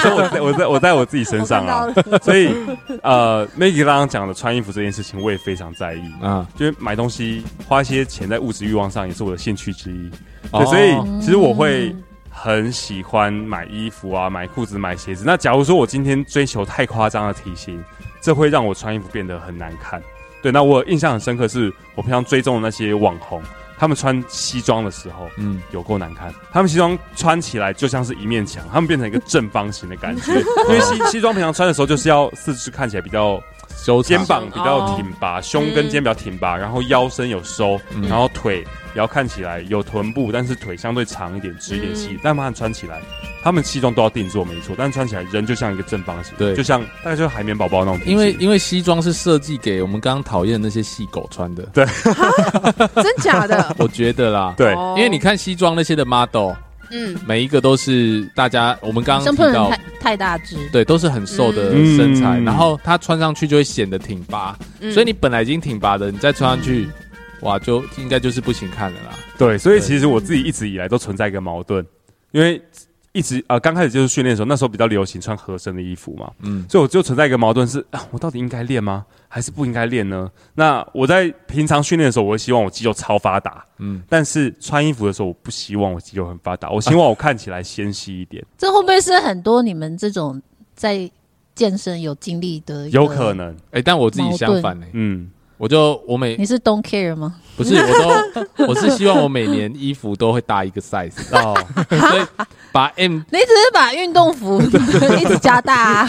S2: 说我在我在我在我自己身上啊
S4: 我，
S2: 所以呃，Maggie 刚刚讲的穿衣服这件事情，我也非常在意。
S1: 啊，
S2: 就是买东西花一些钱在物质欲望上，也是我的兴趣之一。
S1: 哦
S2: 对，所以其实我会很喜欢买衣服啊、买裤子、买鞋子。那假如说我今天追求太夸张的体型，这会让我穿衣服变得很难看。对，那我印象很深刻是，我平常追踪的那些网红，他们穿西装的时候
S1: 嗯，
S2: 有够难看，他们西装穿起来就像是一面墙，他们变成一个正方形的感觉。因为西西装平常穿的时候，就是要四肢看起来比较
S1: 修长
S2: 肩膀比较挺拔，胸跟肩比较挺拔，然后腰身有收，
S1: 嗯
S2: 然后腿也要看起来有臀部，但是腿相对长一点、直一点、细一点。但他们穿起来，他们西装都要定做没错，但穿起来人就像一个正方形，
S1: 对
S2: 就像大概就是海绵宝宝那种体型。
S1: 因为因为西装是设计给我们刚刚讨厌的那些细狗穿
S2: 哦
S1: 的，
S3: 真假的？
S1: 我觉得啦，
S2: 对
S3: 哦
S1: 因为你，看西装那些的 model，
S3: 嗯，
S1: 每一个都是大家我们刚刚
S4: 生
S1: 提
S4: 不能
S1: 到
S4: 太，太大只，
S1: 对，都是很瘦的
S2: 嗯
S1: 身材，
S2: 嗯
S1: 然后他穿上去就会显得挺拔，
S3: 嗯
S1: 所以你本来已经挺拔的，你再穿上去，哇，就应该就是不行看了啦。
S2: 对，所以
S1: 对
S2: 其实我自己一直以来都存在一个矛盾，因为一直啊刚、开始就是训练的时候，那时候比较流行穿合身的衣服嘛，
S1: 嗯
S2: 嗯，所以我就存在一个矛盾是啊，我到底应该练吗？还是不应该练呢？那我在平常训练的时候，我会希望我肌肉超发达，
S1: 嗯
S2: 嗯，但是穿衣服的时候，我不希望我肌肉很发达，我希望我看起来纤细一点，
S4: 这会不会是很多你们这种在健身有经历的？
S2: 有可，能，
S1: 哎、但我自己相反呢、
S2: 嗯，
S1: 我就我每
S4: 你是 don't care 吗？
S1: 不是我都我是希望我每年衣服都会大一个 size，
S2: 哦，
S1: 所以把 M
S4: 你只是把运动服 一直加大、啊，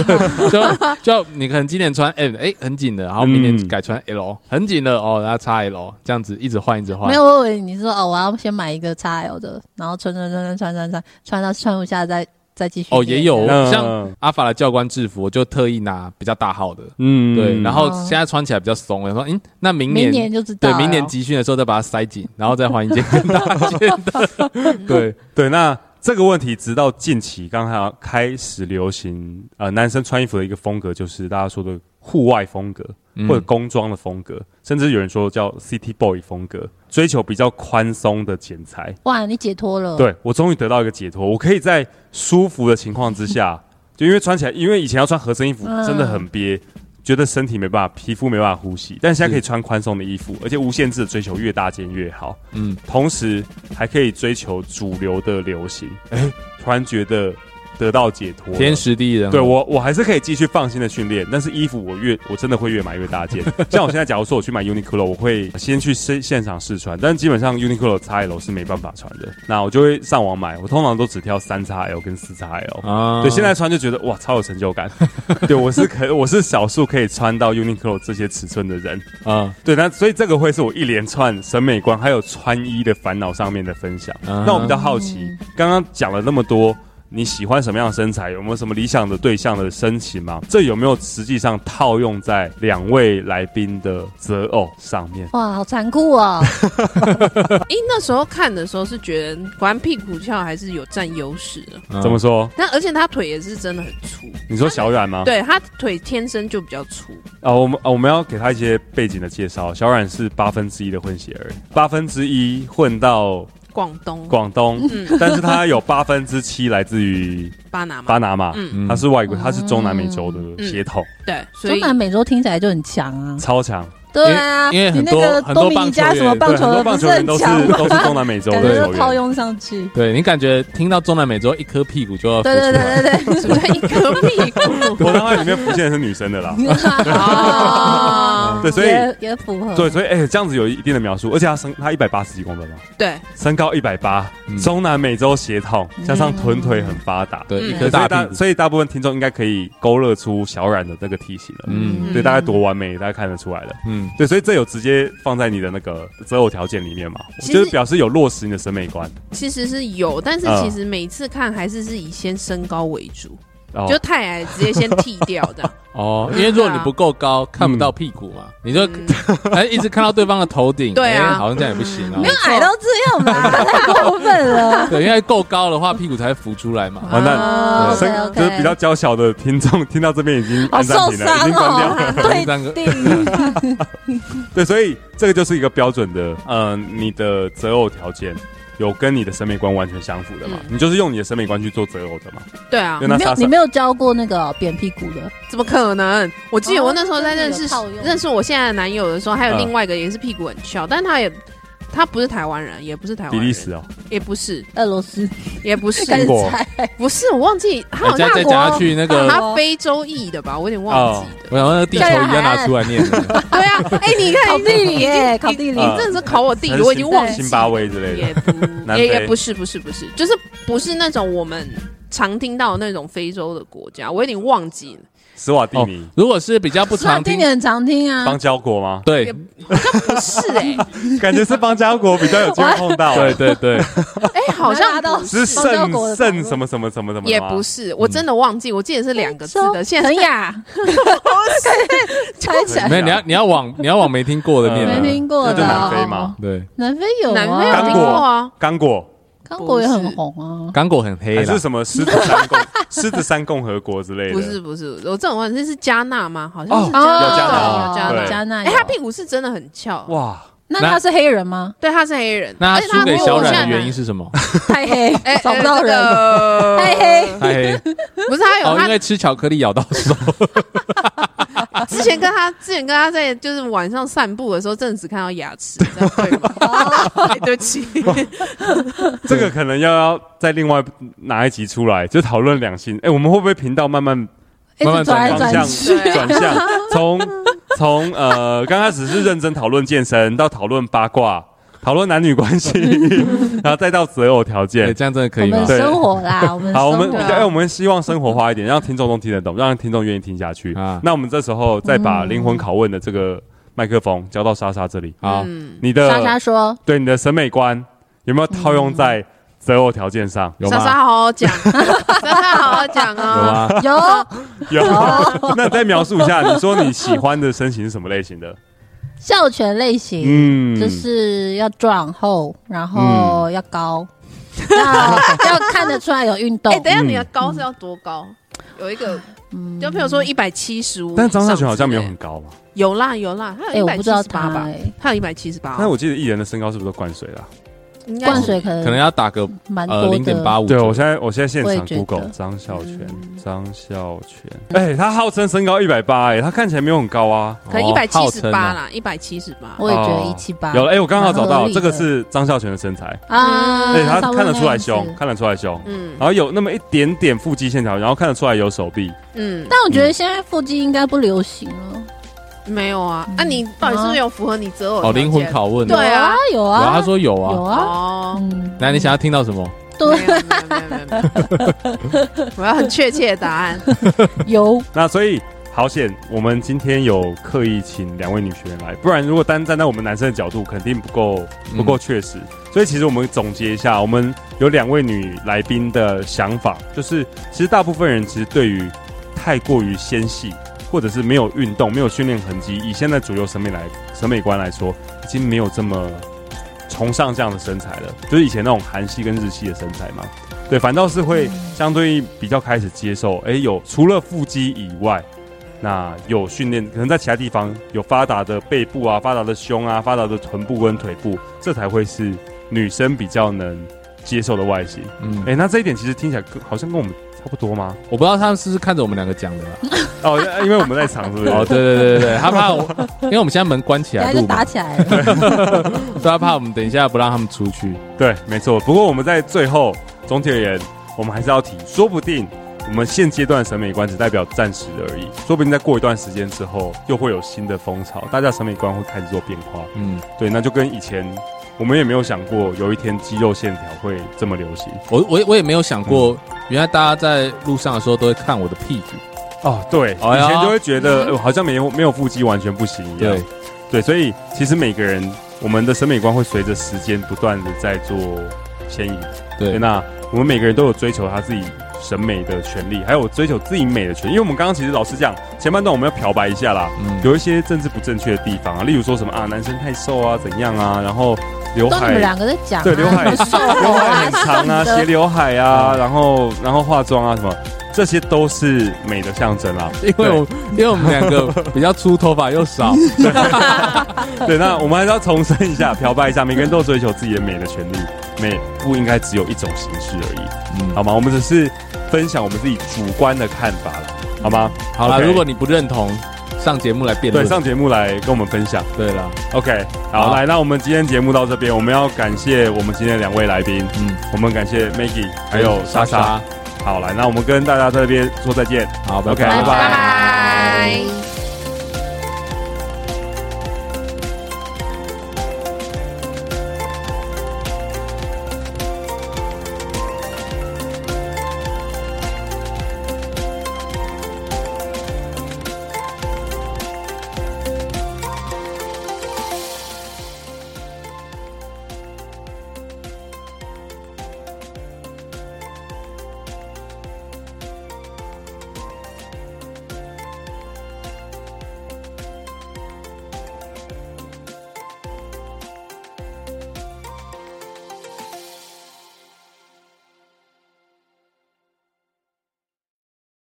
S1: 就就你可能今年穿 M，哎、很紧的，然后明
S2: 嗯
S1: 年改穿 L，、很紧的哦，然后 XL 这样子一直换一直换。
S4: 没有，我以为你说哦，我要先买一个 XL 的，然后穿穿穿穿穿穿穿穿到穿不下再再继续
S1: 哦，
S4: 练
S1: 也有
S2: 那
S1: 像阿法的教官制服，我就特意拿比较大号的，
S2: 嗯
S1: 对，然后
S4: 哦
S1: 现在穿起来比较松。我想说，嗯，那明
S4: 明
S1: 年
S4: 年就知道
S1: 对
S4: 了，
S1: 明年集训的时候再把它塞紧，然后再换一件更大件的。 对，
S2: 对，那这个问题直到近期刚好开始流行，呃，男生穿衣服的一个风格就是大家说的户外风格，
S1: 嗯
S2: 或者工装的风格，甚至有人说叫 City Boy 风格，追求比较宽松的剪裁。
S4: 哇，你解脱了，，
S2: 对我终于得到一个解脱，我可以在舒服的情况之下，就因为穿起来，因为以前要穿合身衣服
S4: 嗯
S2: 真的很憋。觉得身体没办法，皮肤没办法呼吸，但现在可以穿宽松的衣服，而且无限制的追求越大件越好。
S1: 嗯，
S2: 同时还可以追求主流的流行。哎、突然觉得得到解脱了。
S1: 天时地利人和。
S2: 对我，我还是可以继续放心的训练，但是衣服我越我真的会越买越大件。像我现在，假如说我去买 Uniqlo，我会先去现现场试穿，但基本上 Uniqlo XL 是没办法穿的，那我就会上网买。我通常都只挑三 XL 跟四 XL。
S1: 啊
S2: 对，现在穿就觉得哇，超有成就感。对我是可我是少数可以穿到 Uniqlo 这些尺寸的人。
S1: 啊，
S2: 对，那所以这个会是我一连串审美观还有穿衣的烦恼上面的分享。
S1: 嗯
S2: 那我比较好奇，刚刚讲了那么多，你喜欢什么样的身材，有没有什么理想的对象的身形嘛？这有没有实际上套用在两位来宾的择偶上面？
S4: 哇，好残酷哦！
S3: 咦，那时候看的时候是觉得，果然屁股翘还是有占优势的。
S2: 怎么
S1: 说？
S2: 说？
S3: 但而且他腿也是真的很粗，
S2: 你说小冉吗？
S3: 对他腿天生就比较粗。
S2: 啊、我们啊、我们要给他一些背景的介绍。小冉是八分之一的混血儿，八分之一混到
S3: 广东、
S2: 广东，
S3: 嗯
S2: 但是他有八分之七来自于
S3: 巴拿马
S2: 巴，拿马，
S3: 嗯，
S1: 嗯
S2: 他是
S4: 哦
S2: 外国，他是中南美洲的
S3: 嗯
S2: 血统，
S3: 对，所
S4: 中
S3: 以
S4: 南美洲听起来就很强啊。
S2: 超强。
S4: 对啊，
S1: 因为
S4: 你
S1: 很
S4: 那
S1: 多
S4: 个
S1: 很
S4: 多
S1: 多
S4: 米尼
S1: 棒球
S4: 加什么
S1: 员
S4: 棒
S2: 对，
S4: 球
S2: 很多
S4: 人
S2: 棒
S4: 不
S2: 球
S4: 是
S2: 员
S4: 很
S2: 都是
S4: 强吗？
S2: 都是中南美洲
S4: 感
S2: 的
S4: 觉
S2: 球
S4: 就套
S2: 员。
S4: 用上去。
S1: 对你感觉听到中南美洲一颗屁股就要浮出
S4: 对对
S1: 来，
S4: 对对对，
S3: 只在一个屁股。
S2: 我当然里面浮现的是女生的 啦，
S3: 哦，
S2: 对，所以
S4: 也也符合。
S2: 对，所以哎、这样子有一定的描述，而且他身他一百八十几公分嘛，
S3: 对，
S2: 身高一百八
S1: 嗯，
S2: 中南美洲血统，
S4: 嗯
S2: 加上臀腿很发达，
S1: 对
S3: 嗯
S1: 一
S2: 所
S1: 颗
S2: 以
S1: 大
S2: 大
S1: 屁股，
S2: 所以大部分听众应该可以勾勒出小冉的这个体型了。
S1: 嗯
S2: 对，大概多完美，大家看得出来了。
S1: 嗯，
S2: 对，所以这有直接放在你的那个择偶条件里面嘛，
S3: 其实
S2: 就是表示有落实你的审美观。
S3: 其实是有，但是
S2: 嗯
S3: 其实每次看还是是以先身高为主，
S2: 哦
S3: 就太矮直接先剃掉的。
S1: 哦，因为如果你不够高，看不到屁股嘛，你就
S3: 嗯
S1: 哎一直看到对方的头顶，
S3: 对啊
S1: 哎好像这样也不行啊
S4: 没有。矮到这样吧，太过分了。
S1: 对，因为够高的话，屁股才会浮出来嘛。哎
S2: 完蛋
S4: 哦
S1: 对
S3: 啊
S4: OK
S2: 就是比较
S4: OK，
S2: 娇小的听众听到这边已 经
S4: 好
S2: 按暂
S4: 受
S2: 停了，已
S4: 伤
S2: 经关掉了。
S4: 哦，
S1: 已经关掉了
S4: 对定。
S2: 对，所以这个就是一个标准的，嗯、你的择偶条件有跟你的审美观完全相符的嘛？
S4: 嗯
S2: 你就是用你的审美观去做择偶的嘛？
S3: 对啊
S2: 对，
S4: 你
S2: 那
S4: 没有
S2: 莎
S4: 你
S2: 莎
S4: 没有教过那个哦扁屁股的，
S3: 怎么可能？我记得我那时候在认识
S4: 哦真的有套用
S3: 认识我现在的男友的时候，还有
S2: 嗯
S3: 另外一个也是屁股很翘，但他也他不是台湾人，也不是台湾
S2: 比
S3: 人
S2: 利时哦，
S3: 也不是，
S4: 俄罗斯
S3: 也不是，
S4: 开始
S2: 中国
S4: 猜。
S3: 不是，我忘记他好
S1: 再
S2: 哎
S3: 像
S1: 再讲下去，那个
S4: 啊
S3: 他非洲裔的吧，我有点忘记
S2: 哦
S3: 了。
S1: 我想说那个地球仪要拿出来念，
S3: 对啊，哎，你 看
S4: 考地理耶
S3: 你
S4: 考地理
S3: 你
S2: 啊
S3: 你真的是考我地
S2: 哦还
S3: 理，
S2: 是
S3: 我已经忘记
S2: 辛巴威之类的
S3: 也不
S2: 南
S3: 也
S2: 非
S3: 也不是不是不是，就是不是那种我们常听到的那种非洲的国家，我有点忘记了。
S2: 斯瓦蒂尼、
S1: 哦如果是比较不
S4: 虽然
S1: 常
S4: 听
S1: 听？
S4: 你，很常听啊欸
S2: 邦，交国吗
S1: 对
S3: 也不是哎
S2: 感觉是邦交国比较有机会碰到。啊
S1: 对对 对，
S3: 哎，好像不
S4: 对
S2: 是
S4: 邦交国
S2: 圣圣
S4: 的访问
S2: 什么什么什么什么
S3: 也
S2: 的吗？
S3: 不是，
S1: 嗯
S3: 我真的忘记，我记得是两个字的。现在
S4: 陈雅， 猜起来
S1: 没有你要你要往你要往没听过的念
S2: 嗯
S1: 啊
S4: 没，听过
S2: 那就
S4: 的
S2: 南非
S4: 哦
S2: 嘛。，
S1: 对，
S4: 南非有啊，
S3: 南非有
S2: 刚
S3: 听
S2: 果
S3: 过啊，
S2: 刚果
S4: 刚果也很红啊。
S1: 港果很黑
S2: 还
S1: 啦
S2: 是，什么狮子山共 狮子山共和国之类的？
S3: 不是不是，我这种忘记是加纳吗？好像是
S2: 哦
S3: 纳
S2: 有加
S3: 对
S2: 纳
S3: 有加纳
S2: 对
S4: 加纳有，
S3: 哎，他屁股是真的很翘，
S2: 哇，
S4: 那他是黑人吗？
S3: 对，他是黑人，
S1: 那
S4: 哎
S1: 他
S3: 而且
S1: 输给
S3: 如果
S1: 小
S3: 我现
S1: 冉
S3: 在
S4: 啊
S1: 的原
S3: 拿
S1: 因是什么？
S4: 太黑
S3: 哎，，
S4: 找不到
S3: 哎
S4: 人，
S3: 这个
S4: 太黑。
S1: 太黑
S3: 不是他有
S1: 哦，因
S3: 他
S1: 为吃巧克力咬到手，
S3: 之前跟他之前跟他在就是晚上散步的时候，真的只看到牙齿，这样对吗？哎对不起，
S2: 这个可能要要再另外拿一集出来，就讨论两性。哎、我们会不会频道慢慢
S4: 一
S1: 慢
S4: 直
S1: 慢
S4: 转来
S1: 转
S2: 方
S4: 转
S2: 向
S4: 去，
S3: 对
S2: 转向？从从呃，刚开始是认真讨论健身，到讨论八卦，讨论男女关系，然后再到择偶条
S1: 对，
S2: 件。
S1: 这样真的可
S4: 我
S1: 以吗
S4: 们？
S2: 对
S4: 生活 啦，我们
S2: 好，我们
S4: 生
S2: 比
S4: 活
S2: 较，哎、我们希望生活化一点，让听众都听得懂，让听众愿意听下去。
S1: 啊
S2: 那我们这时候再把灵魂拷问的这个麦克风交到莎莎这里。
S1: 好，
S3: 嗯，
S2: 你的
S4: 莎 莎说，
S2: 对你的审美观有没有套用在择偶条件上？
S1: 有
S3: 莎
S1: 吗？
S3: 莎好好讲，莎莎好好讲
S1: 有啊
S3: 哦。
S1: 吗？
S4: 有
S2: 有。
S4: 哦
S2: 那你再描述一下，你说你喜欢的身形是什么类型 的？
S4: 孝犬类型，
S2: 嗯，
S4: 就是要壮厚，然后要高，要 要看得出来有运动
S3: 哎，。等一下
S2: 嗯
S3: 你的高是要多高？有一个，就譬如说一百七十五，
S2: 但张孝全好像没有很高吧？
S3: 有啦有啦，他
S4: 哎，
S3: 有一
S4: 我
S3: 百七
S4: 不知道
S3: 十
S4: 他
S3: 八吧，
S4: 哎
S3: 他有一百七十八，
S2: 但我记得艺人的身高是不是都灌水了？
S3: 应该
S4: 灌
S3: 是
S4: 水可
S1: 可能
S4: 能
S1: 要打个
S4: 蛮
S1: 呃
S4: 多
S1: 零点八
S4: 的，
S1: 五。
S2: 对，我现在我现在现
S4: 我也
S2: 场
S4: 觉得嗯
S2: Google 张孝全，张孝全，哎，他号称身高一百八，哎，他看起来没有很高啊。
S3: 可能一百七十八
S1: 了。
S3: 啦，一百七十八。
S4: 我也觉得
S2: 哦
S4: 一七八
S2: 有了，哎，我刚好找
S4: 啊蛮合
S2: 到
S4: 理
S2: 这
S4: 的
S2: 个是张孝全的身材，
S4: 啊，
S2: 对哎他
S4: 稍微
S2: 看得
S4: 那
S2: 出来
S4: 样
S2: 胸
S4: 子，
S2: 看得出来胸，
S3: 嗯
S2: 然后有那么一点点腹肌线条，然后看得出来有手臂。
S3: 嗯，
S4: 但我觉得现在腹肌应该不流行了。
S3: 没有啊。那你到底是不是有符合你择偶条
S1: 哦，
S3: 件？
S1: 灵魂拷问。
S3: 对啊，
S4: 有
S1: 有啊，
S4: 啊，
S1: 他说有
S4: 有
S1: 啊。
S4: 啊，
S3: 哦。
S4: 嗯，
S1: 那你想要听到什么？
S3: 没
S4: 对，
S3: 有没 有没有没有没有，我要很确切的答案。
S4: 有
S2: 那所以好险，我们今天有刻意请两位女学员来，不然如果单站在我们男生的角度，肯定不够不够确实。所以其实我们总结一下，我们有两位女来宾的想法，就是其实大部分人其实对于太过于纤细，或者是没有运动、没有训练痕迹，以现在主流审美来审美观来说，已经没有这么崇尚这样的身材了，就是以前那种韩系跟日系的身材嘛。对，反倒是会相对应比较开始接受，诶，有除了腹肌以外，那有训练，可能在其他地方有发达的背部啊、发达的胸啊、发达的臀部跟腿部，这才会是女生比较能接受的外形。
S1: 嗯，
S2: 诶，那这一点其实听起来跟好像跟我们差不多吗？
S1: 我不知道他们是不是看着我们两个讲的啦。
S2: 哦，因为我们在场，是不是？
S1: 哦，对对对对对，他怕 我，因为我们现在门关起来
S4: 嗯等下就
S1: 录
S4: 打
S1: 嘛，
S4: 起来了。
S1: 所以他怕我们等一下不让他们出去。
S2: 对，没错。不过我们在最后总体而言，我们还是要提，说不定我们现阶段的审美观只代表暂时的而已，说不定再过一段时间之后，又会有新的风潮，大家审美观会开始做变化。
S1: 嗯，
S2: 对，那就跟以前我们也没有想过，有一天肌肉线条会这么流行
S1: 我我我也没有想过，原来大家在路上的时候都会看我的屁股。
S2: 哦。对，
S1: 哎
S2: 以
S1: 呀
S2: 前就会觉得、呃好像没有没有腹肌完全不行一样。
S1: 对，
S2: 对，所以其实每个人我们的审美观会随着时间不断的在做迁移。对，
S1: 对，
S2: 那我们每个人都有追求他自己审美的权利，还有追求自己美的权利。因为我们刚刚其实老实讲，前半段我们要漂白一下啦，
S1: 嗯，
S2: 有一些政治不正确的地方啊，例如说什么啊，男生太瘦啊，怎样啊，然后刘
S4: 都你们
S2: 海。
S4: 两个在讲啊，
S2: 对，刘海
S4: 什么瘦
S2: 刘海
S4: 啊
S2: 很长啊，
S4: 什么
S2: 斜
S4: 的
S2: 刘海
S1: 嗯
S2: 啊，然后然后化妆啊什么，这些都是美的象征啦。
S1: 因为我因为我们两个比较粗，头发 又少，
S4: 嗯
S2: 对，那我们还是要重申一下，漂白一下，每个人都有追求自己的美的权利，美不应该只有一种形式而已，
S1: 嗯，
S2: 好吗？我们只是分享我们自己主观的看法啦，好吗？
S1: 好啦，
S2: OK
S1: 如果你不认同，上节目来辩
S2: 对，
S1: 论。
S2: 上节目来跟我们分享。
S1: 对了，
S2: OK，好，
S1: 好
S2: 来，那我们今天节目到这边，我们要感谢我们今天的两位来宾，
S1: 嗯，
S2: 我们感谢 Maggie 还有莎莎。
S1: 莎，
S2: 好，来，那我们跟大家在这边说再见。
S1: 好，拜
S2: OK，
S1: 拜
S2: 拜拜
S3: 拜拜。